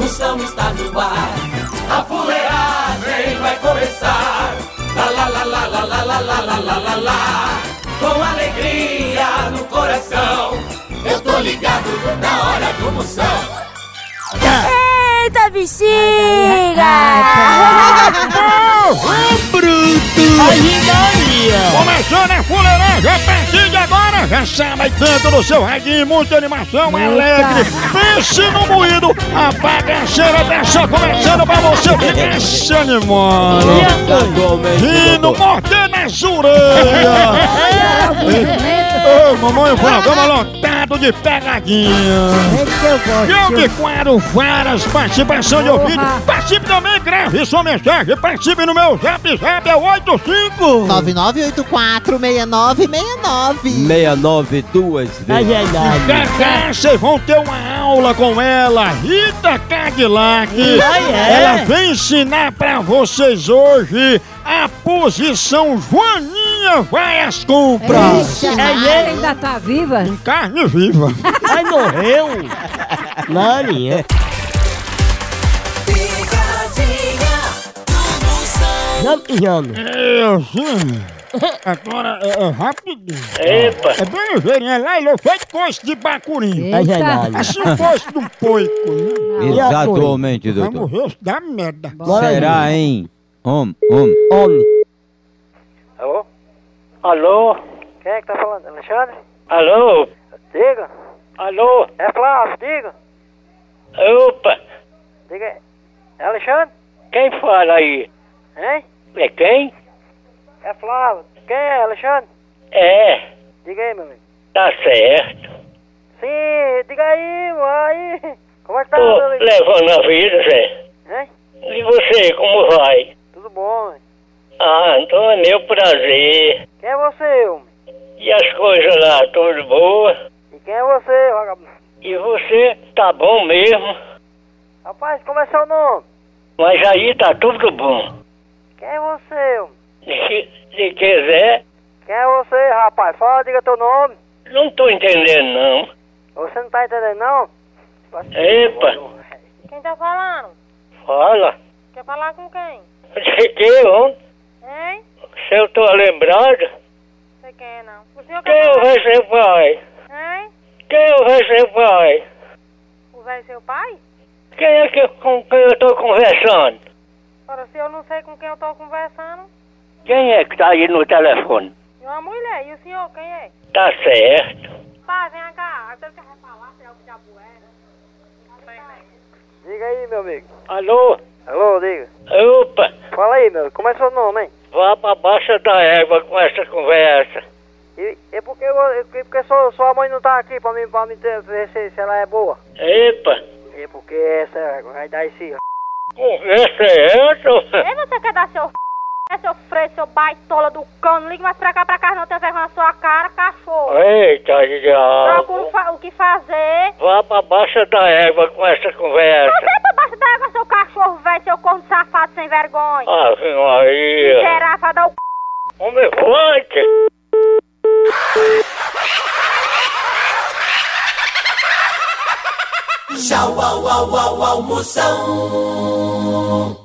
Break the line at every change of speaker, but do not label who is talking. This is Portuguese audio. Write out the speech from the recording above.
Moção está no ar, a fuleagem vai começar. Lá lá lá lá lá lá lá lá lá lá lá lá, com alegria no coração, eu tô ligado na hora do Moção.
Eita, bexiga!
é Começando a né, fuleiragem, a partir de agora, já sabe tanto no seu radinho, muita animação, alegre, pense no moído, a bagaceira tá só começando pra você ficar se animando. E no mordendo as orelhas. Ô, mamãe, o programa lotado um de pegadinha. Filme, claro, várias participação de ouvinte. Participe também, grave sua mensagem. Participe no meu zap zap, é 85.
99846969.
69 duas vezes.
Cacá, vocês vão ter uma aula com ela, Rita Cadillac.
é?
Ela vem ensinar pra vocês hoje a posição Joaninha vai às compras.
É ele ainda tá viva?
Em carne viva.
Ai, morreu! Nani, é.
Picadinha do Moção.
Jampiano.
Eu, sim. É, hum. Agora, é, é rapidinho. É bem ligeirinho, é lá, ele é feito coice de bacurinho.
É verdade.
Assim fosse de um poico, né?
Exatamente,
Vai
doutor.
morrer se dá merda.
Será, hein? Homem, homem.
Homem.
Alô?
Alô?
Quem é que tá falando? Alexandre?
Alô?
Diga.
Alô?
É Flávio, diga.
Opa!
Diga aí. É Alexandre?
Quem fala aí?
Hein?
É quem?
É Flávio. Quem é, Alexandre?
É,
Diga aí, meu amigo.
tá certo.
Sim, diga aí, mano, aí. Como é que tá,
Tô
meu amigo?
levando a vida, Zé.
Hein?
E você, como vai?
Tudo bom, homem?
Ah, então é meu prazer.
Quem é você, homem?
E as coisas lá, tudo boa?
E quem é você, vagabundo?
E você, tá bom mesmo?
Rapaz, como é seu nome?
Mas aí tá tudo bom.
Quem é você, homem?
Se, se quiser,
Quem é você, rapaz? Fala, diga teu nome.
não tô entendendo, não.
Você não tá entendendo, não?
Epa,
Quem tá falando?
fala.
Quer falar com quem?
De que, homem?
Hein?
Se eu tô lembrado,
Você quer não? O senhor
quem
quer
vai ser pai?
falar? Hein?
Quem é vai ser pai?
O velho seu pai?
Quem é que, com quem eu tô conversando?
Ora, se eu não sei com quem eu tô conversando,
Quem é que tá aí no telefone?
é uma mulher. E o senhor, quem é?
Tá certo.
Pá, vem cá. Agora você vai falar, se é né? o que diabo era.
Diga aí, meu amigo.
Alô?
Alô, diga.
Opa,
Fala aí, meu. Como é seu nome, hein?
vá pra baixa da égua com essa conversa.
E, e por que, vo- e porque sua, sua mãe não tá aqui pra mim, pra mim ter, ver se, se ela é boa?
Epa,
E É, porque essa vai dar esse.
conversa é essa?
Ei, você quer dar seu f... É seu freio, seu baitola do cão. Não liga mais pra cá, pra cá, não. Tem vergonha na sua cara, cachorro.
Eita,
Procura o
diabo.
fa- o que fazer.
Vá pra baixa da égua com essa
Você
conversa.
é pra baixo d'água, seu cachorro, velho, seu corno safado sem vergonha.
Ave Maria.
Gerafa, dá o c...
Ah, Homem forte.
Tchau, au, au, au, au, Moção.